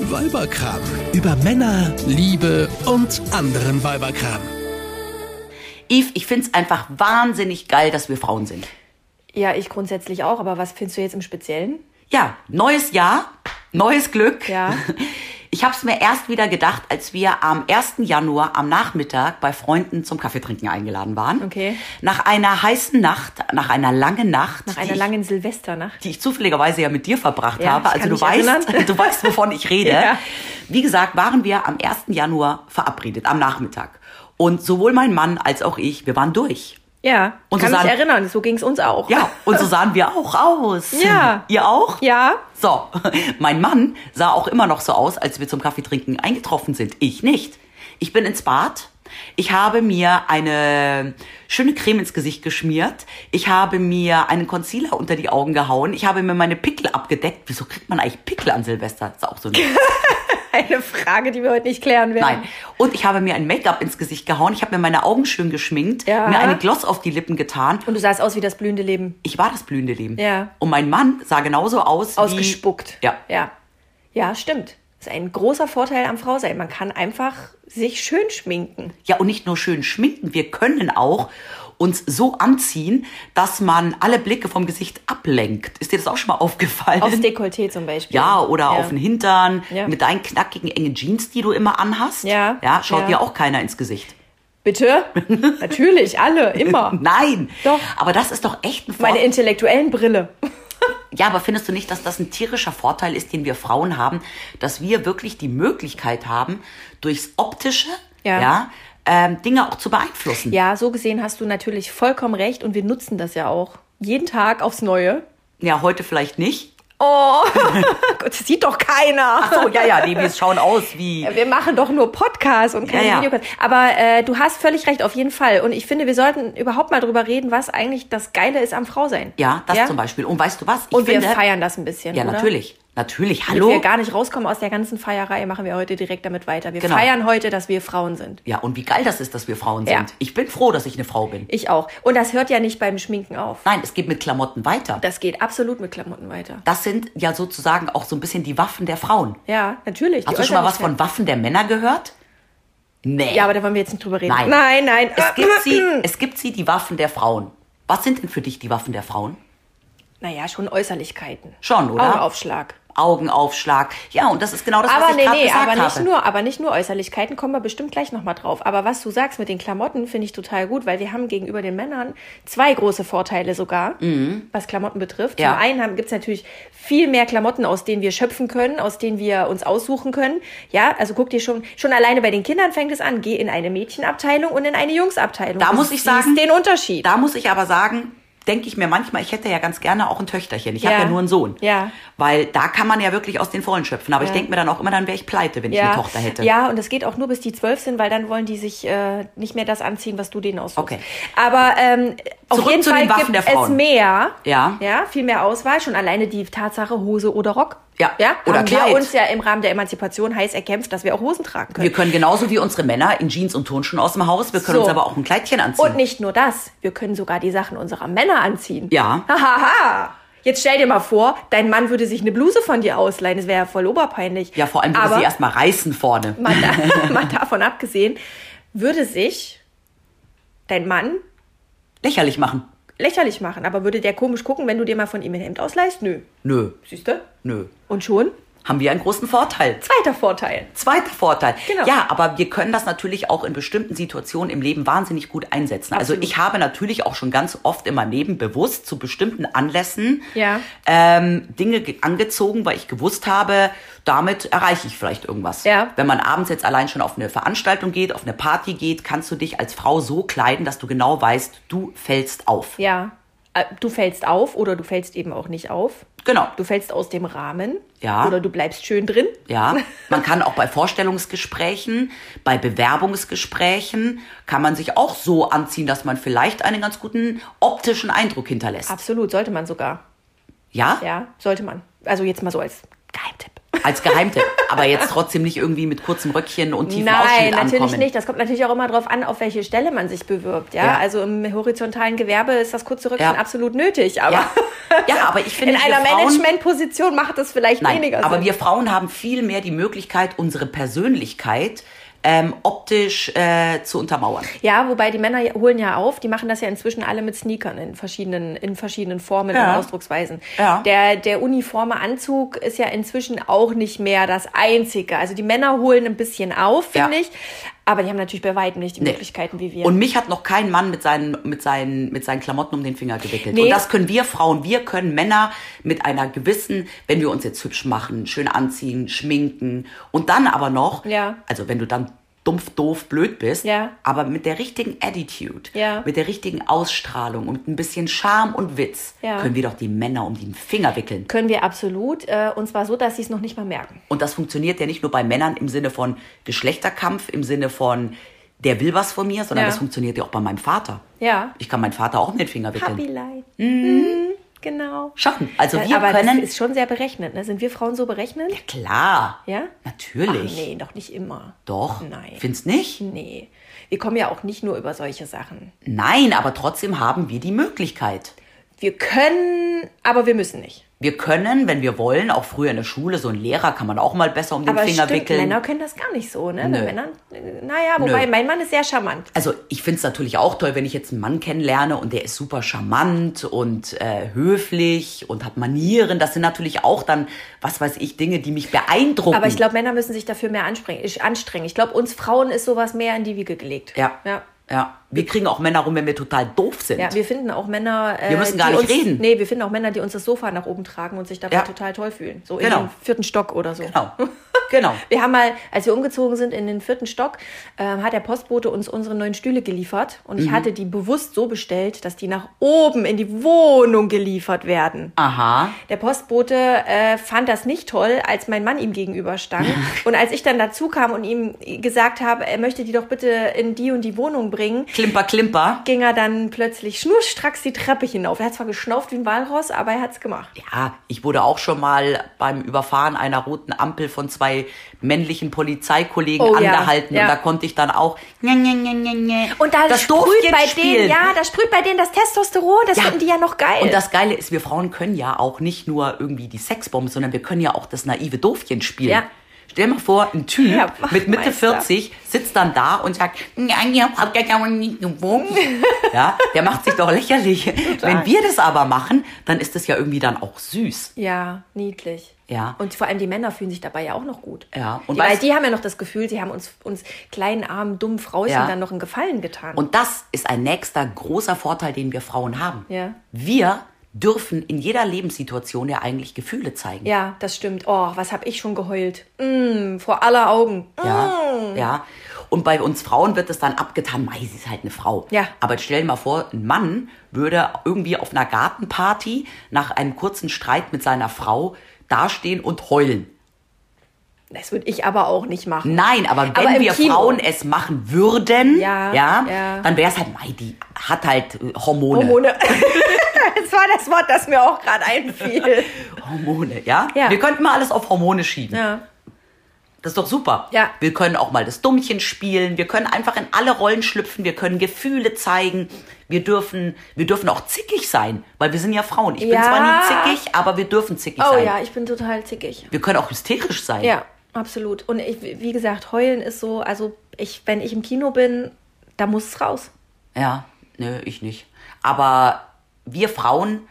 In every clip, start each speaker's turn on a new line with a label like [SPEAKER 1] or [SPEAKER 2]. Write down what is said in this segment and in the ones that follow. [SPEAKER 1] Weiberkram. Über Männer, Liebe und anderen Weiberkram.
[SPEAKER 2] Yves, ich find's einfach wahnsinnig geil, dass wir Frauen sind.
[SPEAKER 3] Ja, ich grundsätzlich auch, aber was findest du jetzt im Speziellen?
[SPEAKER 2] Ja, neues Jahr, neues Glück.
[SPEAKER 3] Ja.
[SPEAKER 2] Ich hab's mir erst wieder gedacht, als wir am 1. Januar am Nachmittag bei Freunden zum Kaffeetrinken eingeladen waren.
[SPEAKER 3] Okay.
[SPEAKER 2] Nach einer heißen Nacht, nach einer langen Nacht.
[SPEAKER 3] Nach
[SPEAKER 2] die
[SPEAKER 3] einer
[SPEAKER 2] ich-
[SPEAKER 3] langen Silvesternacht.
[SPEAKER 2] die ich zufälligerweise ja mit dir verbracht
[SPEAKER 3] Ja,
[SPEAKER 2] habe.
[SPEAKER 3] ich
[SPEAKER 2] Also
[SPEAKER 3] kann
[SPEAKER 2] du
[SPEAKER 3] mich
[SPEAKER 2] weißt,
[SPEAKER 3] erinnern.
[SPEAKER 2] du weißt, wovon ich rede.
[SPEAKER 3] Ja.
[SPEAKER 2] Wie gesagt, waren wir am 1. Januar verabredet, am Nachmittag. Und sowohl mein Mann als auch ich, wir waren durch.
[SPEAKER 3] Ja,
[SPEAKER 2] Und
[SPEAKER 3] kann
[SPEAKER 2] Susanne-
[SPEAKER 3] mich erinnern, so ging's uns auch.
[SPEAKER 2] Ja, und so sahen wir auch aus.
[SPEAKER 3] Ja.
[SPEAKER 2] Ihr auch?
[SPEAKER 3] Ja.
[SPEAKER 2] So, mein Mann sah auch immer noch so aus, als wir zum Kaffeetrinken eingetroffen sind. Ich nicht. Ich bin ins Bad. Ich habe mir eine schöne Creme ins Gesicht geschmiert. Ich habe mir einen Concealer unter die Augen gehauen. Ich habe mir meine Pickel abgedeckt. Wieso kriegt man eigentlich Pickel an Silvester? Ist auch so eine
[SPEAKER 3] Eine Frage, die wir heute nicht klären werden.
[SPEAKER 2] Nein. Und ich habe mir ein Make-up ins Gesicht gehauen. Ich habe mir meine Augen schön geschminkt,
[SPEAKER 3] Ja.
[SPEAKER 2] mir eine Gloss auf die Lippen getan.
[SPEAKER 3] Und du sahst aus wie das blühende Leben.
[SPEAKER 2] Ich war das blühende Leben.
[SPEAKER 3] Ja.
[SPEAKER 2] Und mein Mann sah genauso aus
[SPEAKER 3] Ausgespuckt.
[SPEAKER 2] Wie, ja.
[SPEAKER 3] Ja, ja stimmt. Das ist ein großer Vorteil am Frausein. Man kann einfach sich schön schminken.
[SPEAKER 2] Ja, und nicht nur schön schminken, wir können auch uns so anziehen, dass man alle Blicke vom Gesicht ablenkt. Ist dir das auch schon mal aufgefallen?
[SPEAKER 3] Aufs Dekolleté zum Beispiel.
[SPEAKER 2] ja, oder auf den Hintern,
[SPEAKER 3] Ja.
[SPEAKER 2] mit deinen knackigen, engen Jeans, die du immer anhast.
[SPEAKER 3] Ja.
[SPEAKER 2] Ja, schaut
[SPEAKER 3] Ja.
[SPEAKER 2] dir auch keiner ins Gesicht.
[SPEAKER 3] Bitte? Natürlich, alle, immer.
[SPEAKER 2] Nein.
[SPEAKER 3] Doch.
[SPEAKER 2] Aber das ist doch echt ein
[SPEAKER 3] Meine
[SPEAKER 2] Vorteil.
[SPEAKER 3] intellektuellen Brille.
[SPEAKER 2] Ja, aber findest du nicht, dass das ein tierischer Vorteil ist, den wir Frauen haben, dass wir wirklich die Möglichkeit haben, durchs Optische, ja,
[SPEAKER 3] Ja.
[SPEAKER 2] ähm, Dinge auch zu beeinflussen?
[SPEAKER 3] Ja, so gesehen hast du natürlich vollkommen recht und wir nutzen das ja auch. Jeden Tag aufs Neue.
[SPEAKER 2] ja heute vielleicht nicht.
[SPEAKER 3] Oh, Gott, das sieht doch keiner.
[SPEAKER 2] Ach so, ja, ja, die Babys schauen aus wie.
[SPEAKER 3] Wir machen doch nur Podcasts und keine
[SPEAKER 2] Ja, ja.
[SPEAKER 3] Videocasts. Aber äh, du hast völlig recht, auf jeden Fall. Und ich finde, wir sollten überhaupt mal drüber reden, was eigentlich das Geile ist am Frausein.
[SPEAKER 2] Ja, das zum Beispiel. Und weißt du was? Ich
[SPEAKER 3] Und wir
[SPEAKER 2] finde-
[SPEAKER 3] feiern das ein bisschen.
[SPEAKER 2] Ja,
[SPEAKER 3] oder?
[SPEAKER 2] natürlich. Natürlich.
[SPEAKER 3] Damit
[SPEAKER 2] Hallo.
[SPEAKER 3] wir gar nicht rauskommen aus der ganzen Feierei, machen wir heute direkt damit weiter. Wir
[SPEAKER 2] Genau.
[SPEAKER 3] feiern heute, dass wir Frauen sind.
[SPEAKER 2] ja, und wie geil das ist, dass wir Frauen
[SPEAKER 3] Ja.
[SPEAKER 2] sind. Ich bin froh, dass ich eine Frau bin.
[SPEAKER 3] Ich auch. Und das hört ja nicht beim Schminken auf.
[SPEAKER 2] Nein, es geht mit Klamotten weiter.
[SPEAKER 3] Das geht absolut mit Klamotten weiter.
[SPEAKER 2] Das sind ja sozusagen auch so ein bisschen die Waffen der Frauen.
[SPEAKER 3] Ja, natürlich.
[SPEAKER 2] Hast
[SPEAKER 3] Die
[SPEAKER 2] du schon mal was
[SPEAKER 3] Äußerlichkeit.
[SPEAKER 2] von Waffen der Männer gehört? Nee.
[SPEAKER 3] Ja, aber da wollen wir jetzt nicht drüber reden.
[SPEAKER 2] Nein.
[SPEAKER 3] nein. nein.
[SPEAKER 2] es gibt sie, es gibt sie, die Waffen der Frauen. Was sind denn für dich die Waffen der Frauen?
[SPEAKER 3] Naja, schon Äußerlichkeiten.
[SPEAKER 2] Schon, oder?
[SPEAKER 3] Augenaufschlag.
[SPEAKER 2] Augenaufschlag. Ja, und das ist genau das, was
[SPEAKER 3] aber
[SPEAKER 2] ich
[SPEAKER 3] nee,
[SPEAKER 2] gerade
[SPEAKER 3] nee,
[SPEAKER 2] gesagt
[SPEAKER 3] aber
[SPEAKER 2] habe.
[SPEAKER 3] nicht nur, aber nicht nur Äußerlichkeiten, kommen wir bestimmt gleich nochmal drauf. Aber was du sagst mit den Klamotten, finde ich total gut, weil wir haben gegenüber den Männern zwei große Vorteile sogar, was Klamotten betrifft.
[SPEAKER 2] Mhm. Ja.
[SPEAKER 3] Zum einen gibt es natürlich viel mehr Klamotten, aus denen wir schöpfen können, aus denen wir uns aussuchen können. Ja, also guck dir schon, schon alleine bei den Kindern fängt es an, geh in eine Mädchenabteilung und in eine Jungsabteilung.
[SPEAKER 2] Da
[SPEAKER 3] Du
[SPEAKER 2] muss ich
[SPEAKER 3] siehst
[SPEAKER 2] sagen,
[SPEAKER 3] den Unterschied.
[SPEAKER 2] Da muss ich aber sagen, denke ich mir manchmal, ich hätte ja ganz gerne auch ein Töchterchen. Ich habe
[SPEAKER 3] Ja.
[SPEAKER 2] ja nur einen Sohn.
[SPEAKER 3] Ja.
[SPEAKER 2] Weil da kann man ja wirklich aus den Vollen schöpfen. Aber ich
[SPEAKER 3] Ja.
[SPEAKER 2] denke mir dann auch immer, dann wäre ich pleite, wenn ich eine Tochter hätte.
[SPEAKER 3] Ja, und das geht auch nur bis die zwölf sind, weil dann wollen die sich äh, nicht mehr das anziehen, was du denen aussuchst.
[SPEAKER 2] Okay.
[SPEAKER 3] Aber ähm, auf
[SPEAKER 2] Zurück
[SPEAKER 3] jeden
[SPEAKER 2] zu
[SPEAKER 3] Fall
[SPEAKER 2] den Waffen
[SPEAKER 3] gibt
[SPEAKER 2] der
[SPEAKER 3] es
[SPEAKER 2] Frauen.
[SPEAKER 3] mehr.
[SPEAKER 2] Ja.
[SPEAKER 3] Ja, viel mehr Auswahl. Schon alleine die Tatsache Hose oder Rock.
[SPEAKER 2] Ja,
[SPEAKER 3] ja
[SPEAKER 2] oder
[SPEAKER 3] haben
[SPEAKER 2] Kleid.
[SPEAKER 3] wir uns ja im Rahmen der Emanzipation heiß erkämpft, dass wir auch Hosen tragen können.
[SPEAKER 2] Wir können genauso wie unsere Männer in Jeans und Turnschuhen aus dem Haus, wir können
[SPEAKER 3] So.
[SPEAKER 2] uns aber auch ein Kleidchen anziehen.
[SPEAKER 3] und nicht nur das, wir können sogar die Sachen unserer Männer anziehen.
[SPEAKER 2] Ja.
[SPEAKER 3] Hahaha. Jetzt stell dir mal vor, dein Mann würde sich eine Bluse von dir ausleihen. Das wäre ja voll oberpeinlich.
[SPEAKER 2] ja, vor allem würde
[SPEAKER 3] Aber
[SPEAKER 2] sie erstmal reißen vorne.
[SPEAKER 3] mal, da, mal davon abgesehen, würde sich dein Mann
[SPEAKER 2] Lächerlich machen.
[SPEAKER 3] lächerlich machen. Aber würde der komisch gucken, wenn du dir mal von ihm ein Hemd ausleihst? Nö.
[SPEAKER 2] Nö,
[SPEAKER 3] Siehste?
[SPEAKER 2] nö.
[SPEAKER 3] Und schon?
[SPEAKER 2] Haben wir einen großen Vorteil.
[SPEAKER 3] Zweiter Vorteil.
[SPEAKER 2] Zweiter Vorteil.
[SPEAKER 3] Genau.
[SPEAKER 2] Ja, aber wir können das natürlich auch in bestimmten Situationen im Leben wahnsinnig gut einsetzen. Also
[SPEAKER 3] Absolut.
[SPEAKER 2] ich habe natürlich auch schon ganz oft in meinem Leben bewusst zu bestimmten Anlässen
[SPEAKER 3] Ja.
[SPEAKER 2] ähm, Dinge ge- angezogen, weil ich gewusst habe, damit erreiche ich vielleicht irgendwas.
[SPEAKER 3] Ja.
[SPEAKER 2] Wenn man abends jetzt allein schon auf eine Veranstaltung geht, auf eine Party geht, kannst du dich als Frau so kleiden, dass du genau weißt, du fällst auf.
[SPEAKER 3] Ja. Äh, Du fällst auf oder du fällst eben auch nicht auf.
[SPEAKER 2] Genau.
[SPEAKER 3] Du fällst aus dem Rahmen.
[SPEAKER 2] Ja.
[SPEAKER 3] Oder du bleibst schön drin.
[SPEAKER 2] Ja, man kann auch bei Vorstellungsgesprächen, bei Bewerbungsgesprächen, kann man sich auch so anziehen, dass man vielleicht einen ganz guten optischen Eindruck hinterlässt.
[SPEAKER 3] Absolut, sollte man sogar.
[SPEAKER 2] Ja?
[SPEAKER 3] Ja, sollte man. Also jetzt mal so als Geheimtipp.
[SPEAKER 2] Als Geheimtipp. Aber jetzt trotzdem nicht irgendwie mit kurzem Röckchen und tiefen
[SPEAKER 3] Nein,
[SPEAKER 2] Ausschnitt
[SPEAKER 3] natürlich
[SPEAKER 2] ankommen.
[SPEAKER 3] nicht. Das kommt natürlich auch immer darauf an, auf welche Stelle man sich bewirbt. Ja?
[SPEAKER 2] Ja.
[SPEAKER 3] also im horizontalen Gewerbe ist das kurze Rücken
[SPEAKER 2] Ja.
[SPEAKER 3] absolut nötig. Aber
[SPEAKER 2] Ja. Ja, aber ich finde,
[SPEAKER 3] in
[SPEAKER 2] wir
[SPEAKER 3] einer
[SPEAKER 2] Frauen-
[SPEAKER 3] Managementposition macht das vielleicht
[SPEAKER 2] Nein,
[SPEAKER 3] weniger
[SPEAKER 2] aber
[SPEAKER 3] Sinn.
[SPEAKER 2] wir Frauen haben viel mehr die Möglichkeit, unsere Persönlichkeit ähm, optisch äh, zu untermauern.
[SPEAKER 3] ja, wobei die Männer ja- holen ja auf, die machen das ja inzwischen alle mit Sneakern in verschiedenen, in verschiedenen Formen
[SPEAKER 2] Ja.
[SPEAKER 3] und Ausdrucksweisen.
[SPEAKER 2] Ja.
[SPEAKER 3] Der, der uniforme Anzug ist ja inzwischen auch nicht mehr das Einzige. Also die Männer holen ein bisschen auf, finde
[SPEAKER 2] Ja.
[SPEAKER 3] ich. Aber die haben natürlich bei weitem nicht die
[SPEAKER 2] Nee.
[SPEAKER 3] Möglichkeiten wie wir.
[SPEAKER 2] Und mich hat noch kein Mann mit seinen, mit seinen, mit seinen Klamotten um den Finger gewickelt.
[SPEAKER 3] Nee.
[SPEAKER 2] Und das können wir Frauen. Wir können Männer mit einer gewissen, wenn wir uns jetzt hübsch machen, schön anziehen, schminken und dann aber noch,
[SPEAKER 3] Ja.
[SPEAKER 2] also wenn du dann dumpf, doof, blöd bist,
[SPEAKER 3] Ja.
[SPEAKER 2] aber mit der richtigen Attitude,
[SPEAKER 3] Ja.
[SPEAKER 2] mit der richtigen Ausstrahlung und ein bisschen Charme und Witz,
[SPEAKER 3] Ja.
[SPEAKER 2] können wir doch die Männer um den Finger wickeln.
[SPEAKER 3] können wir absolut. Äh, und zwar so, dass sie es noch nicht mal merken.
[SPEAKER 2] Und das funktioniert ja nicht nur bei Männern im Sinne von Geschlechterkampf, im Sinne von der will was von mir, sondern
[SPEAKER 3] Ja.
[SPEAKER 2] das funktioniert ja auch bei meinem Vater.
[SPEAKER 3] Ja.
[SPEAKER 2] Ich kann meinen Vater auch in den Finger wickeln.
[SPEAKER 3] Happy Line. Mhm, Genau.
[SPEAKER 2] Schaffen. Also wir
[SPEAKER 3] aber
[SPEAKER 2] können.
[SPEAKER 3] das ist schon sehr berechnet. Ne? Sind wir Frauen so berechnet?
[SPEAKER 2] klar.
[SPEAKER 3] Ja?
[SPEAKER 2] Natürlich.
[SPEAKER 3] Ach, nee, doch nicht immer.
[SPEAKER 2] Doch.
[SPEAKER 3] Nein.
[SPEAKER 2] Findest nicht?
[SPEAKER 3] Nee. Wir kommen ja auch nicht nur über solche Sachen.
[SPEAKER 2] Nein, aber trotzdem haben wir die Möglichkeit.
[SPEAKER 3] Wir können, aber wir müssen nicht.
[SPEAKER 2] Wir können, wenn wir wollen, auch früher in der Schule, so ein Lehrer kann man auch mal besser um den
[SPEAKER 3] aber
[SPEAKER 2] Finger
[SPEAKER 3] stimmt,
[SPEAKER 2] wickeln.
[SPEAKER 3] Männer können das gar nicht so, ne? Bei
[SPEAKER 2] Nö.
[SPEAKER 3] Männern, äh, naja, wobei
[SPEAKER 2] Nö.
[SPEAKER 3] mein Mann ist sehr charmant.
[SPEAKER 2] Also ich finde es natürlich auch toll, wenn ich jetzt einen Mann kennenlerne und der ist super charmant und äh, höflich und hat Manieren. Das sind natürlich auch dann, was weiß ich, Dinge, die mich beeindrucken.
[SPEAKER 3] Aber ich glaube, Männer müssen sich dafür mehr ansprengen- ich- anstrengen. Ich glaube, uns Frauen ist sowas mehr in die Wiege gelegt.
[SPEAKER 2] ja.
[SPEAKER 3] ja.
[SPEAKER 2] ja, Wir kriegen auch Männer rum, wenn wir total doof sind.
[SPEAKER 3] Ja, wir finden auch Männer. Äh,
[SPEAKER 2] Wir müssen gar
[SPEAKER 3] die
[SPEAKER 2] nicht
[SPEAKER 3] uns,
[SPEAKER 2] reden.
[SPEAKER 3] Nee, wir finden auch Männer, die uns das Sofa nach oben tragen und sich dabei
[SPEAKER 2] Ja.
[SPEAKER 3] total toll fühlen. So
[SPEAKER 2] Genau.
[SPEAKER 3] in den vierten Stock oder so.
[SPEAKER 2] genau, genau.
[SPEAKER 3] Wir haben mal, als wir umgezogen sind in den vierten Stock, ähm, hat der Postbote uns unsere neuen Stühle geliefert. Und
[SPEAKER 2] Mhm.
[SPEAKER 3] ich hatte die bewusst so bestellt, dass die nach oben in die Wohnung geliefert werden.
[SPEAKER 2] Aha.
[SPEAKER 3] Der Postbote äh, fand das nicht toll, als mein Mann ihm gegenüber stand. Und als ich dann dazu kam und ihm gesagt habe, er möchte die doch bitte in die und die Wohnung bringen,
[SPEAKER 2] Klimper, klimper.
[SPEAKER 3] ging er dann plötzlich schnurstracks die Treppe hinauf. Er hat zwar geschnauft wie ein Walross, aber er hat's gemacht.
[SPEAKER 2] Ja, ich wurde auch schon mal beim Überfahren einer roten Ampel von zwei männlichen Polizeikollegen
[SPEAKER 3] Oh ja,
[SPEAKER 2] angehalten
[SPEAKER 3] ja.
[SPEAKER 2] und da konnte ich dann auch
[SPEAKER 3] Und da
[SPEAKER 2] das
[SPEAKER 3] sprüht
[SPEAKER 2] Doofkind
[SPEAKER 3] bei denen,
[SPEAKER 2] spielen.
[SPEAKER 3] ja, da sprüht bei denen das Testosteron, das
[SPEAKER 2] Ja.
[SPEAKER 3] finden die ja noch geil.
[SPEAKER 2] Und das Geile ist, wir Frauen können ja auch nicht nur irgendwie die Sexbombe, sondern wir können ja auch das naive Doofchen spielen.
[SPEAKER 3] Ja.
[SPEAKER 2] Stell dir mal vor, ein Typ
[SPEAKER 3] Ja,
[SPEAKER 2] mit Mitte
[SPEAKER 3] Wachtmeister.
[SPEAKER 2] 40 sitzt dann da und sagt, "Ja, ich hab gar keinen gewunken." ja, der macht sich doch lächerlich. Wenn wir das aber machen, dann ist das ja irgendwie dann auch süß.
[SPEAKER 3] ja, niedlich.
[SPEAKER 2] Ja.
[SPEAKER 3] Und vor allem die Männer fühlen sich dabei ja auch noch gut.
[SPEAKER 2] Ja,
[SPEAKER 3] Und
[SPEAKER 2] und
[SPEAKER 3] die, weil
[SPEAKER 2] weißt-
[SPEAKER 3] die haben ja noch das Gefühl, sie haben uns, uns kleinen, armen, dummen Frauchen
[SPEAKER 2] Ja.
[SPEAKER 3] dann noch einen Gefallen getan.
[SPEAKER 2] Und das ist ein nächster großer Vorteil, den wir Frauen haben.
[SPEAKER 3] Ja.
[SPEAKER 2] Wir dürfen in jeder Lebenssituation ja eigentlich Gefühle zeigen.
[SPEAKER 3] ja, das stimmt. Oh, was hab ich schon geheult. Mm, vor aller Augen. Mm.
[SPEAKER 2] Ja, ja. Und bei uns Frauen wird es dann abgetan, mei, sie ist halt eine Frau.
[SPEAKER 3] Ja.
[SPEAKER 2] Aber jetzt stell dir mal vor, ein Mann würde irgendwie auf einer Gartenparty nach einem kurzen Streit mit seiner Frau dastehen und heulen.
[SPEAKER 3] Das würde ich aber auch nicht machen.
[SPEAKER 2] Nein, aber wenn
[SPEAKER 3] Aber im
[SPEAKER 2] wir
[SPEAKER 3] Kino.
[SPEAKER 2] Frauen es machen würden,
[SPEAKER 3] Ja,
[SPEAKER 2] ja,
[SPEAKER 3] ja.
[SPEAKER 2] dann wäre es halt, mei, die hat halt äh, Hormone.
[SPEAKER 3] Hormone. das war das Wort, das mir auch gerade einfiel.
[SPEAKER 2] Hormone, ja?
[SPEAKER 3] Ja.
[SPEAKER 2] Wir könnten mal alles auf Hormone schieben.
[SPEAKER 3] Ja.
[SPEAKER 2] Das ist doch super.
[SPEAKER 3] Ja.
[SPEAKER 2] Wir können auch mal das Dummchen spielen. Wir können einfach in alle Rollen schlüpfen. Wir können Gefühle zeigen. Wir dürfen, wir dürfen auch zickig sein, weil wir sind ja Frauen. Ich
[SPEAKER 3] Ja.
[SPEAKER 2] bin zwar nie zickig, aber wir dürfen zickig
[SPEAKER 3] Oh
[SPEAKER 2] sein.
[SPEAKER 3] ja, ich bin total zickig.
[SPEAKER 2] Wir können auch hysterisch sein.
[SPEAKER 3] Ja, absolut. Und ich, wie gesagt, heulen ist so, also ich, wenn ich im Kino bin, da muss es raus.
[SPEAKER 2] Ja, nö, ich nicht. Aber wir Frauen,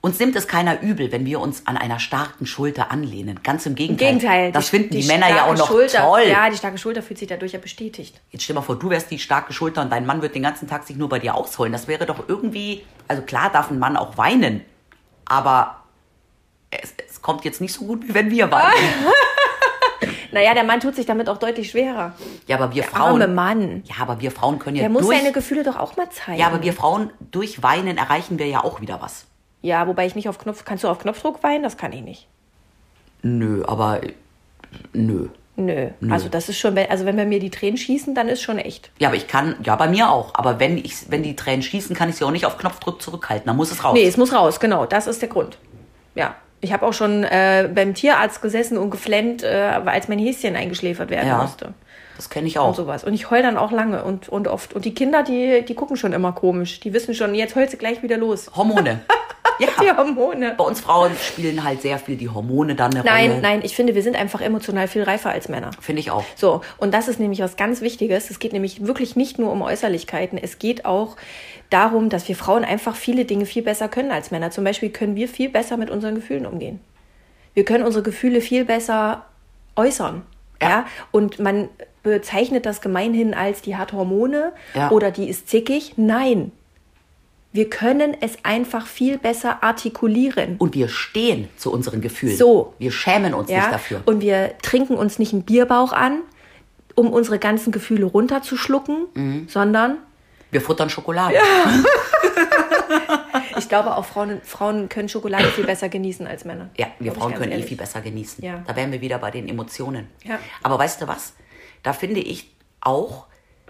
[SPEAKER 2] uns nimmt es keiner übel, wenn wir uns an einer starken Schulter anlehnen. Ganz im Gegenteil.
[SPEAKER 3] Gegenteil.
[SPEAKER 2] Das
[SPEAKER 3] die-
[SPEAKER 2] finden die,
[SPEAKER 3] die
[SPEAKER 2] Männer ja
[SPEAKER 3] starke
[SPEAKER 2] auch noch
[SPEAKER 3] Schulter,
[SPEAKER 2] toll.
[SPEAKER 3] Ja, die starke Schulter fühlt sich dadurch ja bestätigt.
[SPEAKER 2] Jetzt stell mal vor, du wärst die starke Schulter und dein Mann wird den ganzen Tag sich nur bei dir ausholen. Das wäre doch irgendwie, also klar darf ein Mann auch weinen, aber es, es kommt jetzt nicht so gut, wie wenn wir weinen.
[SPEAKER 3] Naja, der Mann tut sich damit auch deutlich schwerer.
[SPEAKER 2] Ja, aber wir Frauen.
[SPEAKER 3] Arme Mann.
[SPEAKER 2] Ja, aber wir Frauen können ja
[SPEAKER 3] Der muss
[SPEAKER 2] durch.
[SPEAKER 3] seine Gefühle doch auch mal zeigen.
[SPEAKER 2] Ja, aber wir Frauen durch Weinen erreichen wir ja auch wieder was.
[SPEAKER 3] Ja, wobei ich nicht auf Knopf. Kannst du auf Knopfdruck weinen? Das kann ich nicht.
[SPEAKER 2] Nö, aber nö.
[SPEAKER 3] Nö. Also das ist schon, wenn- also wenn bei mir die Tränen schießen, dann ist schon echt.
[SPEAKER 2] Ja, aber ich kann, ja, bei mir auch. Aber wenn ich, wenn die Tränen schießen, kann ich sie auch nicht auf Knopfdruck zurückhalten. Dann muss es raus.
[SPEAKER 3] Nee, es muss raus, genau. Das ist der Grund. Ja. Ich habe auch schon äh, beim Tierarzt gesessen und geflennt, äh, als mein Häschen eingeschläfert werden
[SPEAKER 2] Ja.
[SPEAKER 3] musste.
[SPEAKER 2] Das kenne ich
[SPEAKER 3] Und
[SPEAKER 2] auch.
[SPEAKER 3] sowas. Und ich heul dann auch lange und, und oft. Und die Kinder, die, die gucken schon immer komisch. Die wissen schon, jetzt heult sie gleich wieder los.
[SPEAKER 2] Hormone.
[SPEAKER 3] Die
[SPEAKER 2] ja.
[SPEAKER 3] Hormone.
[SPEAKER 2] Bei uns Frauen spielen halt sehr viel die Hormone dann eine Rolle.
[SPEAKER 3] Nein, nein, ich finde, wir sind einfach emotional viel reifer als Männer.
[SPEAKER 2] Finde ich auch.
[SPEAKER 3] So, und das ist nämlich was ganz Wichtiges. Es geht nämlich wirklich nicht nur um Äußerlichkeiten. Es geht auch darum, dass wir Frauen einfach viele Dinge viel besser können als Männer. Zum Beispiel können wir viel besser mit unseren Gefühlen umgehen. Wir können unsere Gefühle viel besser äußern. Ja. Und man bezeichnet das gemeinhin als, die hat Hormone
[SPEAKER 2] Ja.
[SPEAKER 3] oder die ist zickig. Nein. Wir können es einfach viel besser artikulieren.
[SPEAKER 2] Und wir stehen zu unseren Gefühlen.
[SPEAKER 3] So.
[SPEAKER 2] Wir schämen uns nicht dafür.
[SPEAKER 3] Und wir trinken uns nicht einen Bierbauch an, um unsere ganzen Gefühle runterzuschlucken,
[SPEAKER 2] Mhm.
[SPEAKER 3] sondern
[SPEAKER 2] wir futtern Schokolade.
[SPEAKER 3] ich glaube auch Frauen, Frauen können Schokolade viel besser genießen als Männer.
[SPEAKER 2] Ja, wir
[SPEAKER 3] Glaub ich
[SPEAKER 2] Frauen
[SPEAKER 3] ganz
[SPEAKER 2] können eh
[SPEAKER 3] ehrlich.
[SPEAKER 2] viel besser genießen.
[SPEAKER 3] Ja.
[SPEAKER 2] Da wären wir wieder bei den Emotionen.
[SPEAKER 3] Ja.
[SPEAKER 2] Aber weißt du was? Da finde ich auch,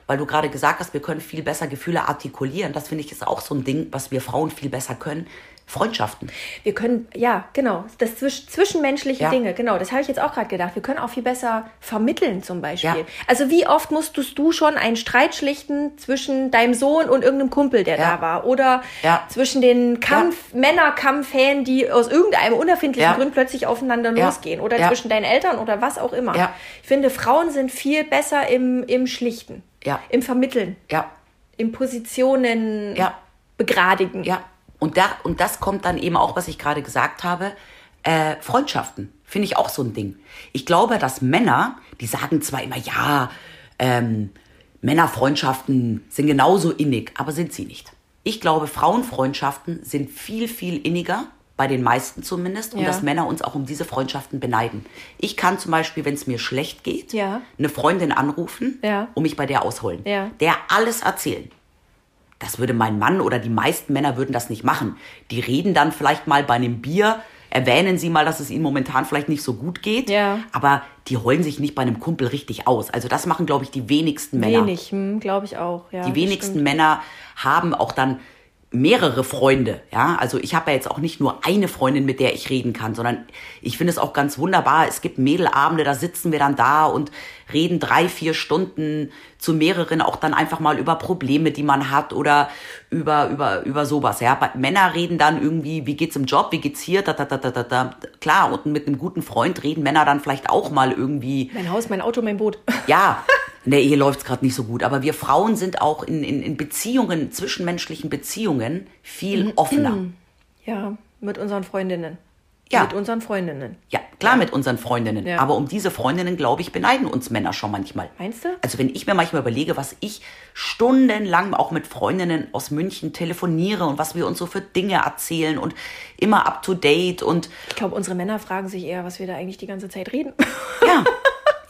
[SPEAKER 2] weil du gerade gesagt hast, wir können viel besser Gefühle artikulieren. Das finde ich ist auch so ein Ding, was wir Frauen viel besser können. Freundschaften.
[SPEAKER 3] Wir können, ja, genau, das zwisch, zwischenmenschliche
[SPEAKER 2] Ja.
[SPEAKER 3] Dinge, genau, das habe ich jetzt auch gerade gedacht. Wir können auch viel besser vermitteln zum Beispiel.
[SPEAKER 2] Ja.
[SPEAKER 3] Also wie oft musstest du schon einen Streit schlichten zwischen deinem Sohn und irgendeinem Kumpel, der
[SPEAKER 2] Ja.
[SPEAKER 3] da war? Oder
[SPEAKER 2] Ja.
[SPEAKER 3] zwischen den Kampf, Männerkampf-Fan, die aus irgendeinem unerfindlichen
[SPEAKER 2] Ja.
[SPEAKER 3] Grund plötzlich aufeinander
[SPEAKER 2] Ja.
[SPEAKER 3] losgehen? Oder
[SPEAKER 2] Ja.
[SPEAKER 3] zwischen deinen Eltern oder was auch immer.
[SPEAKER 2] Ja.
[SPEAKER 3] Ich finde, Frauen sind viel besser im, im Schlichten,
[SPEAKER 2] Ja.
[SPEAKER 3] im Vermitteln,
[SPEAKER 2] Ja,
[SPEAKER 3] im Positionen
[SPEAKER 2] Ja.
[SPEAKER 3] begradigen.
[SPEAKER 2] ja. Und, da, und das kommt dann eben auch, was ich gerade gesagt habe, äh, Freundschaften. Finde ich auch so ein Ding. Ich glaube, dass Männer, die sagen zwar immer, ja, ähm, Männerfreundschaften sind genauso innig, aber sind sie nicht. Ich glaube, Frauenfreundschaften sind viel, viel inniger, bei den meisten zumindest, und
[SPEAKER 3] Ja.
[SPEAKER 2] dass Männer uns auch um diese Freundschaften beneiden. Ich kann zum Beispiel, wenn es mir schlecht geht,
[SPEAKER 3] Ja.
[SPEAKER 2] eine Freundin anrufen
[SPEAKER 3] Ja.
[SPEAKER 2] und mich bei der ausholen,
[SPEAKER 3] Ja.
[SPEAKER 2] der alles erzählen. Das würde mein Mann oder die meisten Männer würden das nicht machen. Die reden dann vielleicht mal bei einem Bier, erwähnen sie mal, dass es ihnen momentan vielleicht nicht so gut geht,
[SPEAKER 3] Ja.
[SPEAKER 2] aber die heulen sich nicht bei einem Kumpel richtig aus. Also das machen, glaube ich, die wenigsten Männer.
[SPEAKER 3] Wenig, hm, glaube ich auch. Ja,
[SPEAKER 2] Die wenigsten
[SPEAKER 3] stimmt.
[SPEAKER 2] Männer haben auch dann mehrere Freunde, ja. Also ich habe ja jetzt auch nicht nur eine Freundin, mit der ich reden kann, sondern ich finde es auch ganz wunderbar. Es gibt Mädelabende, da sitzen wir dann da und reden drei, vier Stunden zu mehreren auch dann einfach mal über Probleme, die man hat oder über über über sowas. Ja, Bei Männer reden dann irgendwie, wie geht's im Job, wie geht's hier, da da da da da. da. Klar und mit einem guten Freund reden Männer dann vielleicht auch mal irgendwie
[SPEAKER 3] Mein Haus, mein Auto, mein Boot.
[SPEAKER 2] ja, in der Ehe läuft's grad gerade nicht so gut, aber wir Frauen sind auch in, in, in Beziehungen, zwischenmenschlichen Beziehungen viel
[SPEAKER 3] Mhm.
[SPEAKER 2] offener.
[SPEAKER 3] Ja, mit unseren Freundinnen.
[SPEAKER 2] Ja.
[SPEAKER 3] Mit unseren Freundinnen.
[SPEAKER 2] Ja, klar mit unseren Freundinnen,
[SPEAKER 3] Ja.
[SPEAKER 2] aber um diese Freundinnen, glaube ich, beneiden uns Männer schon manchmal.
[SPEAKER 3] Meinst du?
[SPEAKER 2] Also wenn ich mir manchmal überlege, was ich stundenlang auch mit Freundinnen aus München telefoniere und was wir uns so für Dinge erzählen und immer up-to-date und
[SPEAKER 3] Ich glaube, unsere Männer fragen sich eher, was wir da eigentlich die ganze Zeit reden.
[SPEAKER 2] ja,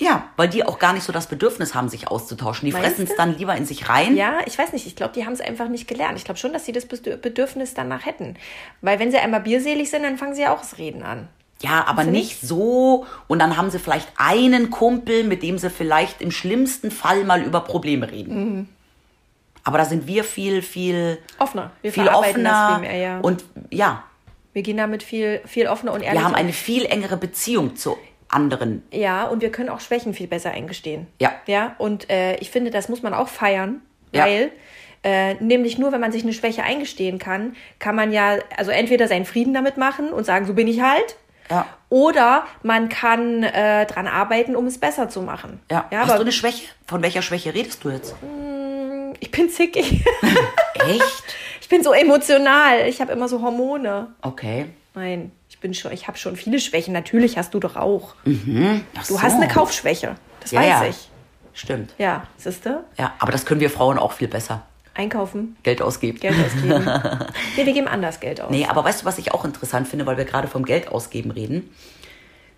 [SPEAKER 2] ja, weil die auch gar nicht so das Bedürfnis haben, sich auszutauschen. Die
[SPEAKER 3] Meinst
[SPEAKER 2] fressen es
[SPEAKER 3] du?
[SPEAKER 2] dann lieber in sich rein.
[SPEAKER 3] ja, ich weiß nicht. Ich glaube, die haben es einfach nicht gelernt. Ich glaube schon, dass sie das Bedür- Bedürfnis danach hätten. Weil wenn sie einmal bierselig sind, dann fangen sie ja auch das Reden an.
[SPEAKER 2] Ja, aber
[SPEAKER 3] Findest du
[SPEAKER 2] nicht so. Und dann haben sie vielleicht einen Kumpel, mit dem sie vielleicht im schlimmsten Fall mal über Probleme reden.
[SPEAKER 3] Mhm.
[SPEAKER 2] Aber da sind wir viel, viel,
[SPEAKER 3] Offener. Wir
[SPEAKER 2] viel
[SPEAKER 3] verarbeiten das
[SPEAKER 2] offener.
[SPEAKER 3] viel mehr, ja.
[SPEAKER 2] Und ja,
[SPEAKER 3] Wir gehen damit viel, viel offener und ehrlicher.
[SPEAKER 2] wir haben eine viel engere Beziehung zu anderen.
[SPEAKER 3] Ja, und wir können auch Schwächen viel besser eingestehen.
[SPEAKER 2] Ja.
[SPEAKER 3] Ja, und äh, ich finde, das muss man auch feiern,
[SPEAKER 2] Ja.
[SPEAKER 3] weil äh, nämlich nur, wenn man sich eine Schwäche eingestehen kann, kann man ja, also entweder seinen Frieden damit machen und sagen, so bin ich halt.
[SPEAKER 2] Ja.
[SPEAKER 3] Oder man kann äh, dran arbeiten, um es besser zu machen.
[SPEAKER 2] Ja.
[SPEAKER 3] ja
[SPEAKER 2] Hast du
[SPEAKER 3] aber
[SPEAKER 2] eine Schwäche? Von welcher Schwäche redest du jetzt?
[SPEAKER 3] ich bin zickig.
[SPEAKER 2] Echt?
[SPEAKER 3] ich bin so emotional. Ich habe immer so Hormone.
[SPEAKER 2] Okay.
[SPEAKER 3] Nein, ich bin schon, ich habe schon viele Schwächen. Natürlich hast du doch auch.
[SPEAKER 2] Ach
[SPEAKER 3] Du
[SPEAKER 2] so.
[SPEAKER 3] hast eine Kaufschwäche. Das
[SPEAKER 2] Ja,
[SPEAKER 3] weiß
[SPEAKER 2] ja.
[SPEAKER 3] ich.
[SPEAKER 2] Stimmt.
[SPEAKER 3] Ja, siehste?
[SPEAKER 2] Ja, aber das können wir Frauen auch viel besser.
[SPEAKER 3] Einkaufen.
[SPEAKER 2] Geld ausgeben.
[SPEAKER 3] Geld ausgeben. nee, wir geben anders Geld aus.
[SPEAKER 2] Nee, aber weißt du, was ich auch interessant finde, weil wir gerade vom Geld ausgeben reden?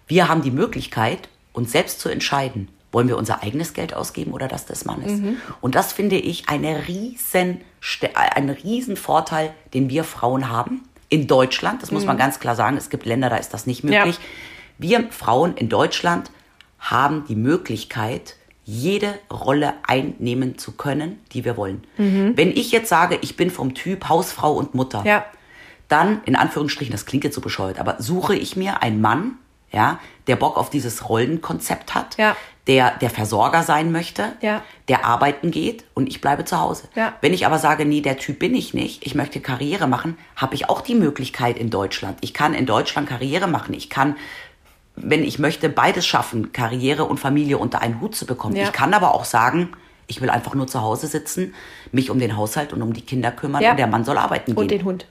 [SPEAKER 2] Wir haben die Möglichkeit, uns selbst zu entscheiden, wollen wir unser eigenes Geld ausgeben oder das des Mannes.
[SPEAKER 3] Mhm.
[SPEAKER 2] Und das finde ich eine riesen, Ste- äh, einen riesen Vorteil, den wir Frauen haben. In Deutschland, das muss man ganz klar sagen, es gibt Länder, da ist das nicht möglich.
[SPEAKER 3] Mhm. Ja.
[SPEAKER 2] Wir Frauen in Deutschland haben die Möglichkeit, jede Rolle einnehmen
[SPEAKER 3] Mhm.
[SPEAKER 2] zu können, die wir wollen. Wenn ich jetzt sage, ich bin vom Typ Hausfrau und Mutter,
[SPEAKER 3] Ja.
[SPEAKER 2] dann, in Anführungsstrichen, das klingt jetzt so bescheuert, aber suche ich mir einen Mann, ja, der Bock auf dieses Rollenkonzept hat,
[SPEAKER 3] Ja.
[SPEAKER 2] der der Versorger sein möchte,
[SPEAKER 3] Ja.
[SPEAKER 2] der arbeiten geht und ich bleibe zu Hause.
[SPEAKER 3] Ja.
[SPEAKER 2] Wenn ich aber sage, nee, der Typ bin ich nicht, ich möchte Karriere machen, habe ich auch die Möglichkeit in Deutschland. Ich kann in Deutschland Karriere machen. Ich kann, wenn ich möchte, beides schaffen, Karriere und Familie unter einen Hut zu bekommen.
[SPEAKER 3] Ja.
[SPEAKER 2] Ich kann aber auch sagen, ich will einfach nur zu Hause sitzen, mich um den Haushalt und um die Kinder kümmern
[SPEAKER 3] Ja.
[SPEAKER 2] und der Mann soll arbeiten gehen.
[SPEAKER 3] Und den Hund.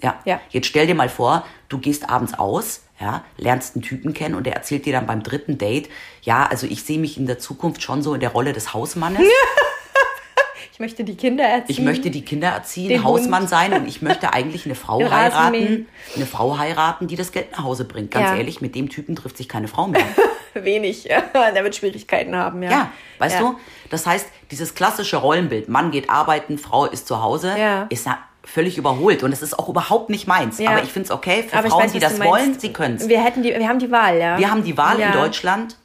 [SPEAKER 2] Ja.
[SPEAKER 3] Ja.
[SPEAKER 2] Jetzt stell dir mal vor, du gehst abends aus, ja, lernst einen Typen kennen und der erzählt dir dann beim dritten Date, ja, also ich sehe mich in der Zukunft schon so in der Rolle des Hausmannes.
[SPEAKER 3] Ich möchte die Kinder erziehen.
[SPEAKER 2] Ich möchte die Kinder erziehen,
[SPEAKER 3] Den
[SPEAKER 2] Hausmann
[SPEAKER 3] Hund.
[SPEAKER 2] sein und ich möchte eigentlich eine Frau
[SPEAKER 3] Den
[SPEAKER 2] heiraten,
[SPEAKER 3] Rasenmähen.
[SPEAKER 2] eine Frau heiraten, die das Geld nach Hause bringt. Ganz
[SPEAKER 3] Ja.
[SPEAKER 2] ehrlich, mit dem Typen trifft sich keine Frau mehr.
[SPEAKER 3] Wenig. der wird Schwierigkeiten haben, ja.
[SPEAKER 2] Ja, weißt
[SPEAKER 3] Ja.
[SPEAKER 2] du? Das heißt, dieses klassische Rollenbild, Mann geht arbeiten, Frau ist zu Hause,
[SPEAKER 3] Ja.
[SPEAKER 2] ist na- völlig überholt. Und es ist auch überhaupt nicht meins.
[SPEAKER 3] Ja.
[SPEAKER 2] Aber ich finde es okay für
[SPEAKER 3] Aber ich
[SPEAKER 2] Frauen,
[SPEAKER 3] weiß,
[SPEAKER 2] die
[SPEAKER 3] was
[SPEAKER 2] das
[SPEAKER 3] du meinst.
[SPEAKER 2] wollen, sie können es.
[SPEAKER 3] Wir, hätten die, wir haben die Wahl, ja.
[SPEAKER 2] Wir haben die Wahl
[SPEAKER 3] Ja.
[SPEAKER 2] in Deutschland.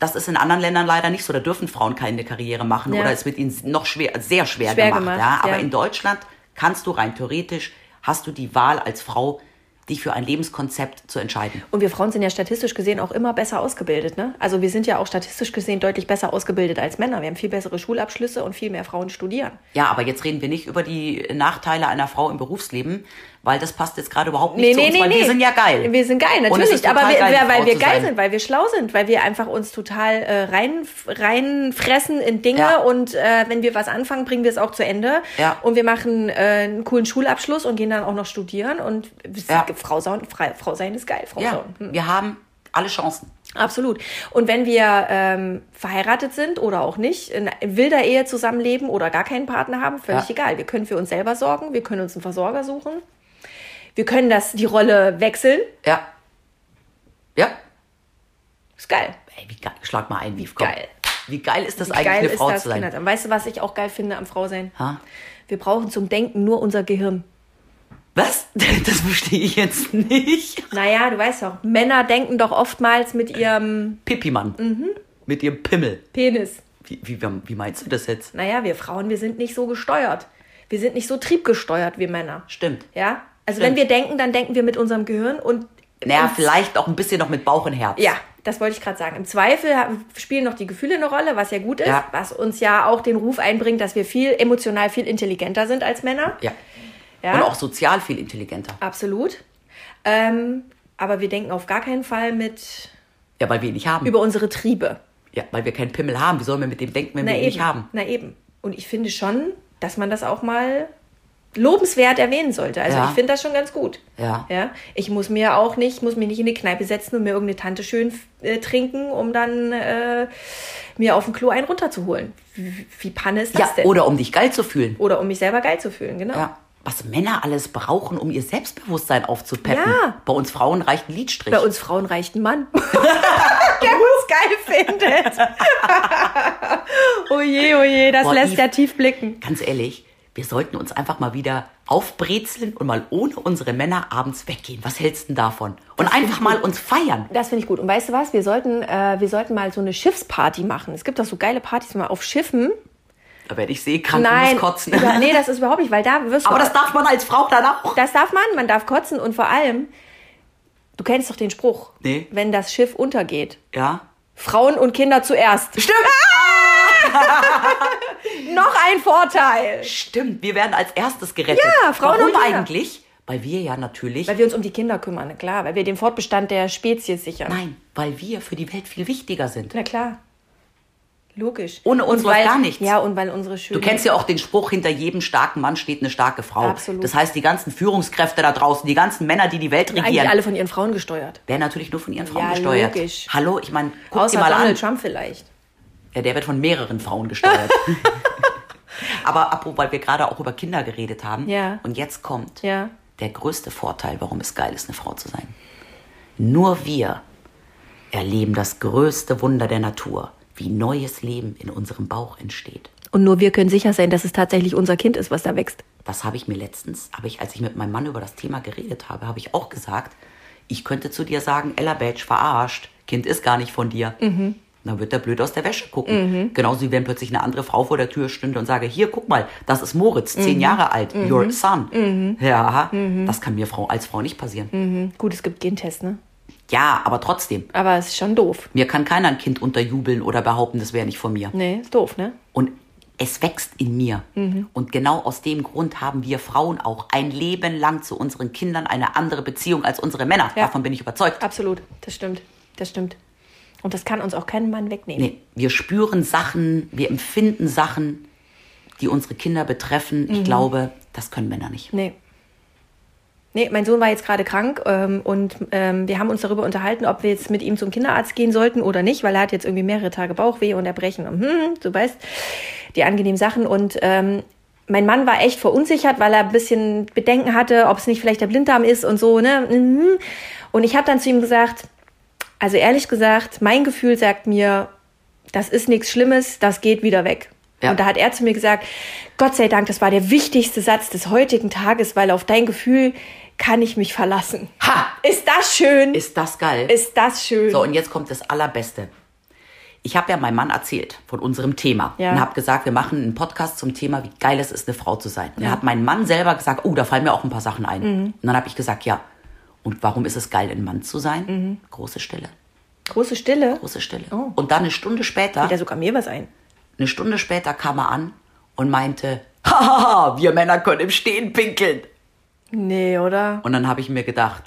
[SPEAKER 2] Das ist in anderen Ländern leider nicht so. Da dürfen Frauen keine Karriere machen
[SPEAKER 3] Ja.
[SPEAKER 2] oder es wird ihnen noch schwer, sehr schwer,
[SPEAKER 3] Schwer
[SPEAKER 2] gemacht.
[SPEAKER 3] gemacht,
[SPEAKER 2] ja. Aber
[SPEAKER 3] ja.
[SPEAKER 2] in Deutschland kannst du rein theoretisch, hast du die Wahl als Frau, dich für ein Lebenskonzept zu entscheiden.
[SPEAKER 3] Und wir Frauen sind ja statistisch gesehen auch immer besser ausgebildet, ne? Also wir sind ja auch statistisch gesehen deutlich besser ausgebildet als Männer. Wir haben viel bessere Schulabschlüsse und viel mehr Frauen studieren.
[SPEAKER 2] Ja, aber jetzt reden wir nicht über die Nachteile einer Frau im Berufsleben, weil das passt jetzt gerade überhaupt nicht
[SPEAKER 3] Nee,
[SPEAKER 2] zu
[SPEAKER 3] nee,
[SPEAKER 2] uns,
[SPEAKER 3] nee,
[SPEAKER 2] weil
[SPEAKER 3] nee.
[SPEAKER 2] wir sind ja geil.
[SPEAKER 3] Wir sind geil,
[SPEAKER 2] Und es ist
[SPEAKER 3] natürlich.
[SPEAKER 2] total
[SPEAKER 3] Aber wir,
[SPEAKER 2] geil, eine
[SPEAKER 3] wer- weil
[SPEAKER 2] Frau
[SPEAKER 3] wir
[SPEAKER 2] zu
[SPEAKER 3] geil
[SPEAKER 2] sein.
[SPEAKER 3] sind, weil wir schlau sind, weil wir einfach uns total äh, rein, reinfressen in Dinge
[SPEAKER 2] Ja.
[SPEAKER 3] und äh, wenn wir was anfangen, bringen wir es auch zu Ende.
[SPEAKER 2] Ja.
[SPEAKER 3] Und wir machen äh, einen coolen Schulabschluss und gehen dann auch noch studieren und
[SPEAKER 2] Ja.
[SPEAKER 3] Frau, sein, frei, Frau sein ist geil, Frau
[SPEAKER 2] Ja,
[SPEAKER 3] sein.
[SPEAKER 2] wir haben alle Chancen.
[SPEAKER 3] Absolut. Und wenn wir ähm, verheiratet sind oder auch nicht, in wilder Ehe zusammenleben oder gar keinen Partner haben, völlig
[SPEAKER 2] Ja.
[SPEAKER 3] egal. Wir können für uns selber sorgen, wir können uns einen Versorger suchen, wir können das, die Rolle wechseln.
[SPEAKER 2] Ja. Ja,
[SPEAKER 3] Ist geil.
[SPEAKER 2] Ey, wie geil. Schlag mal ein, wie komm.
[SPEAKER 3] geil.
[SPEAKER 2] Wie geil ist das
[SPEAKER 3] Wie
[SPEAKER 2] eigentlich,
[SPEAKER 3] geil
[SPEAKER 2] eine
[SPEAKER 3] ist
[SPEAKER 2] Frau
[SPEAKER 3] das,
[SPEAKER 2] zu sein?
[SPEAKER 3] Kinder? Weißt du, was ich auch geil finde am Frausein?
[SPEAKER 2] Ha?
[SPEAKER 3] Wir brauchen zum Denken nur unser Gehirn.
[SPEAKER 2] Was? Das verstehe ich jetzt nicht.
[SPEAKER 3] Naja, du weißt doch, Männer denken doch oftmals mit ihrem
[SPEAKER 2] Pipi-Mann.
[SPEAKER 3] Mhm.
[SPEAKER 2] Mit ihrem Pimmel.
[SPEAKER 3] Penis.
[SPEAKER 2] Wie, wie, wie meinst du das jetzt?
[SPEAKER 3] Naja, wir Frauen, wir sind nicht so gesteuert. Wir sind nicht so triebgesteuert wie Männer.
[SPEAKER 2] Stimmt.
[SPEAKER 3] Ja? Also
[SPEAKER 2] Stimmt.
[SPEAKER 3] wenn wir denken, dann denken wir mit unserem Gehirn und
[SPEAKER 2] Naja,
[SPEAKER 3] Äh, und-
[SPEAKER 2] vielleicht auch ein bisschen noch mit Bauch und Herz.
[SPEAKER 3] Ja, das wollte ich gerade sagen. Im Zweifel ha- spielen noch die Gefühle eine Rolle, was ja gut ist,
[SPEAKER 2] Ja.
[SPEAKER 3] was uns ja auch den Ruf einbringt, dass wir viel emotional viel intelligenter sind als Männer.
[SPEAKER 2] ja.
[SPEAKER 3] Ja,
[SPEAKER 2] Und auch sozial viel intelligenter.
[SPEAKER 3] absolut. Ähm, aber wir denken auf gar keinen Fall mit
[SPEAKER 2] Ja, weil wir ihn nicht haben.
[SPEAKER 3] über unsere Triebe.
[SPEAKER 2] ja, weil wir keinen Pimmel haben. Wie sollen wir mit dem denken, wenn
[SPEAKER 3] Na
[SPEAKER 2] wir ihn
[SPEAKER 3] eben.
[SPEAKER 2] nicht haben?
[SPEAKER 3] Na eben. Und ich finde schon, dass man das auch mal lobenswert erwähnen sollte. Also
[SPEAKER 2] Ja.
[SPEAKER 3] ich finde das schon ganz gut.
[SPEAKER 2] Ja.
[SPEAKER 3] ja. Ich muss mir auch nicht, muss mich nicht in die Kneipe setzen und mir irgendeine Tante schön äh, trinken, um dann äh, mir auf dem Klo einen runterzuholen. Wie, wie Panne ist das
[SPEAKER 2] Ja,
[SPEAKER 3] denn?
[SPEAKER 2] oder um dich geil zu fühlen.
[SPEAKER 3] Oder um mich selber geil zu fühlen, genau.
[SPEAKER 2] Ja. Was Männer alles brauchen, um ihr Selbstbewusstsein aufzupeppen.
[SPEAKER 3] Ja.
[SPEAKER 2] Bei uns Frauen reicht ein Liedstrich.
[SPEAKER 3] Bei uns Frauen reicht ein Mann. Der uns geil findet. Oh oje, oje, das
[SPEAKER 2] Boah,
[SPEAKER 3] lässt
[SPEAKER 2] Yves.
[SPEAKER 3] ja tief blicken.
[SPEAKER 2] Ganz ehrlich, wir sollten uns einfach mal wieder aufbrezeln und mal ohne unsere Männer abends weggehen. Was hältst du denn davon? Und einfach mal uns feiern.
[SPEAKER 3] Das finde ich gut. Und weißt du was? Wir sollten, äh, wir sollten mal so eine Schiffsparty machen. Es gibt doch so geile Partys mal auf Schiffen.
[SPEAKER 2] Da werde ich seekrank und muss kotzen.
[SPEAKER 3] über, nee, das ist überhaupt nicht, weil da wirst du.
[SPEAKER 2] Aber das darf man als Frau dann auch.
[SPEAKER 3] das darf man. Man darf kotzen und vor allem, du kennst doch den Spruch,
[SPEAKER 2] Nee.
[SPEAKER 3] wenn das Schiff untergeht.
[SPEAKER 2] Ja. Ah!
[SPEAKER 3] Frauen und Kinder zuerst.
[SPEAKER 2] Stimmt.
[SPEAKER 3] Noch ein Vorteil.
[SPEAKER 2] Stimmt, wir werden als erstes gerettet.
[SPEAKER 3] Ja, Frauen
[SPEAKER 2] Warum
[SPEAKER 3] und Kinder.
[SPEAKER 2] eigentlich? Weil wir ja natürlich.
[SPEAKER 3] Weil wir uns um die Kinder kümmern, na klar. Weil wir den Fortbestand der Spezies sichern.
[SPEAKER 2] nein, weil wir für die Welt viel wichtiger sind.
[SPEAKER 3] Na klar. Logisch.
[SPEAKER 2] Ohne uns
[SPEAKER 3] Und weil-
[SPEAKER 2] läuft gar nichts.
[SPEAKER 3] Ja, und weil unsere Schüler.
[SPEAKER 2] Du kennst ja auch den Spruch, hinter jedem starken Mann steht eine starke Frau.
[SPEAKER 3] Absolut.
[SPEAKER 2] Das heißt, die ganzen Führungskräfte da draußen, die ganzen Männer, die die Welt
[SPEAKER 3] eigentlich
[SPEAKER 2] regieren,
[SPEAKER 3] alle von ihren Frauen gesteuert.
[SPEAKER 2] werden natürlich nur von ihren Frauen
[SPEAKER 3] Ja,
[SPEAKER 2] gesteuert.
[SPEAKER 3] logisch.
[SPEAKER 2] Hallo, ich meine, guck dir
[SPEAKER 3] Außer
[SPEAKER 2] mal
[SPEAKER 3] Donald
[SPEAKER 2] an.
[SPEAKER 3] Trump vielleicht.
[SPEAKER 2] Ja, der wird von mehreren Frauen gesteuert. Aber apropos, weil wir gerade auch über Kinder geredet haben.
[SPEAKER 3] Ja.
[SPEAKER 2] Und jetzt kommt
[SPEAKER 3] Ja.
[SPEAKER 2] der größte Vorteil, warum es geil ist, eine Frau zu sein. Nur wir erleben das größte Wunder der Natur, wie neues Leben in unserem Bauch entsteht.
[SPEAKER 3] Und nur wir können sicher sein, dass es tatsächlich unser Kind ist, was da wächst.
[SPEAKER 2] Das habe ich mir letztens, aber ich, als ich mit meinem Mann über das Thema geredet habe, habe ich auch gesagt, ich könnte zu dir sagen, Ella Badge verarscht, Kind ist gar nicht von dir. dann wird der blöd aus der Wäsche gucken. Genauso wie wenn plötzlich eine andere Frau vor der Tür stünde und sage, hier, guck mal, das ist Moritz, zehn Jahre alt, your son. Ja, das kann mir Frau als Frau nicht passieren.
[SPEAKER 3] Mhm. Gut, es gibt Gentests, ne?
[SPEAKER 2] Ja, aber trotzdem,
[SPEAKER 3] Aber es ist schon doof.
[SPEAKER 2] mir kann keiner ein Kind unterjubeln oder behaupten, das wäre nicht von mir.
[SPEAKER 3] Nee, ist doof, ne?
[SPEAKER 2] Und es wächst in mir.
[SPEAKER 3] Mhm.
[SPEAKER 2] Und genau aus dem Grund haben wir Frauen auch ein Leben lang zu unseren Kindern eine andere Beziehung als unsere Männer.
[SPEAKER 3] Ja.
[SPEAKER 2] Davon bin ich überzeugt.
[SPEAKER 3] Absolut, das stimmt. Das stimmt. Und das kann uns auch kein Mann wegnehmen.
[SPEAKER 2] Nee, wir spüren Sachen, wir empfinden Sachen, die unsere Kinder betreffen.
[SPEAKER 3] Mhm.
[SPEAKER 2] Ich glaube, das können Männer nicht.
[SPEAKER 3] Nee. Nee, mein Sohn war jetzt gerade krank ähm, und ähm, wir haben uns darüber unterhalten, ob wir jetzt mit ihm zum Kinderarzt gehen sollten oder nicht, weil er hat jetzt irgendwie mehrere Tage Bauchweh und Erbrechen und hm, du weißt, die angenehmen Sachen. Und ähm, mein Mann war echt verunsichert, weil er ein bisschen Bedenken hatte, ob es nicht vielleicht der Blinddarm ist und so, ne? Mhm. Und ich habe dann zu ihm gesagt, also ehrlich gesagt, mein Gefühl sagt mir, das ist nichts Schlimmes, das geht wieder weg.
[SPEAKER 2] Ja.
[SPEAKER 3] Und da hat er zu mir gesagt, Gott sei Dank, das war der wichtigste Satz des heutigen Tages, weil auf dein Gefühl kann ich mich verlassen.
[SPEAKER 2] Ha!
[SPEAKER 3] Ist das schön?
[SPEAKER 2] Ist das geil?
[SPEAKER 3] Ist das schön?
[SPEAKER 2] So, und jetzt kommt das Allerbeste. Ich habe ja meinem Mann erzählt von unserem Thema
[SPEAKER 3] Ja.
[SPEAKER 2] und habe gesagt, wir machen einen Podcast zum Thema, wie geil es ist, eine Frau zu sein. Und dann hat mein Mann selber gesagt, oh, da fallen mir auch ein paar Sachen ein.
[SPEAKER 3] Mhm.
[SPEAKER 2] Und dann habe ich gesagt, ja. Und warum ist es geil, ein Mann zu sein? Große Stille,
[SPEAKER 3] Große Stille.
[SPEAKER 2] große Stille.
[SPEAKER 3] Mhm. Oh.
[SPEAKER 2] Und dann eine Stunde später,
[SPEAKER 3] Fällt ja sogar mir was ein.
[SPEAKER 2] eine Stunde später kam er an und meinte, haha, wir Männer können im Stehen pinkeln.
[SPEAKER 3] Nee, oder?
[SPEAKER 2] Und dann habe ich mir gedacht,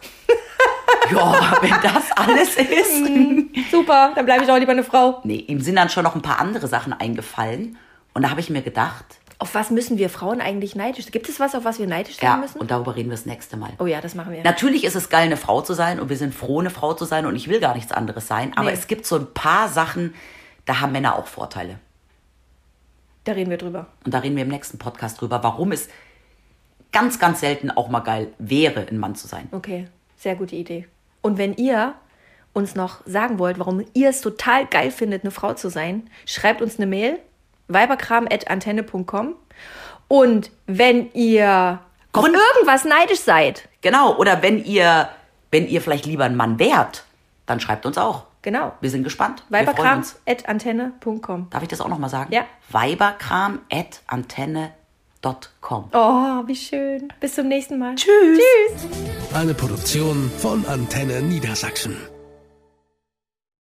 [SPEAKER 2] ja, wenn das alles ist.
[SPEAKER 3] Super, dann bleibe ich auch lieber eine Frau.
[SPEAKER 2] Nee, ihm sind dann schon noch ein paar andere Sachen eingefallen. Und da habe ich mir gedacht,
[SPEAKER 3] Auf was müssen wir Frauen eigentlich neidisch sein? Gibt es was, auf was wir neidisch sein
[SPEAKER 2] ja,
[SPEAKER 3] müssen?
[SPEAKER 2] und darüber reden wir das nächste Mal.
[SPEAKER 3] oh ja, das machen wir.
[SPEAKER 2] Natürlich ist es geil, eine Frau zu sein und wir sind froh, eine Frau zu sein und ich will gar nichts anderes sein. Aber
[SPEAKER 3] Nee.
[SPEAKER 2] es gibt so ein paar Sachen, da haben Männer auch Vorteile.
[SPEAKER 3] da reden wir drüber.
[SPEAKER 2] Und da reden wir im nächsten Podcast drüber, warum es ganz, ganz selten auch mal geil wäre, ein Mann zu sein.
[SPEAKER 3] Okay, sehr gute Idee. Und wenn ihr uns noch sagen wollt, warum ihr es total geil findet, eine Frau zu sein, schreibt uns eine Mail weiberkram.antenne.com und wenn ihr
[SPEAKER 2] Grund-
[SPEAKER 3] auf irgendwas neidisch seid,
[SPEAKER 2] Genau, oder wenn ihr, wenn ihr vielleicht lieber ein Mann wärt, dann schreibt uns auch.
[SPEAKER 3] genau,
[SPEAKER 2] Wir sind gespannt. Wir freuen uns.
[SPEAKER 3] weiberkram.antenne.com.
[SPEAKER 2] Darf ich das auch nochmal sagen?
[SPEAKER 3] Ja.
[SPEAKER 2] Weiberkram.antenne.com.
[SPEAKER 3] Oh, wie schön. Bis zum nächsten Mal.
[SPEAKER 2] Tschüss.
[SPEAKER 1] Eine Produktion von Antenne Niedersachsen.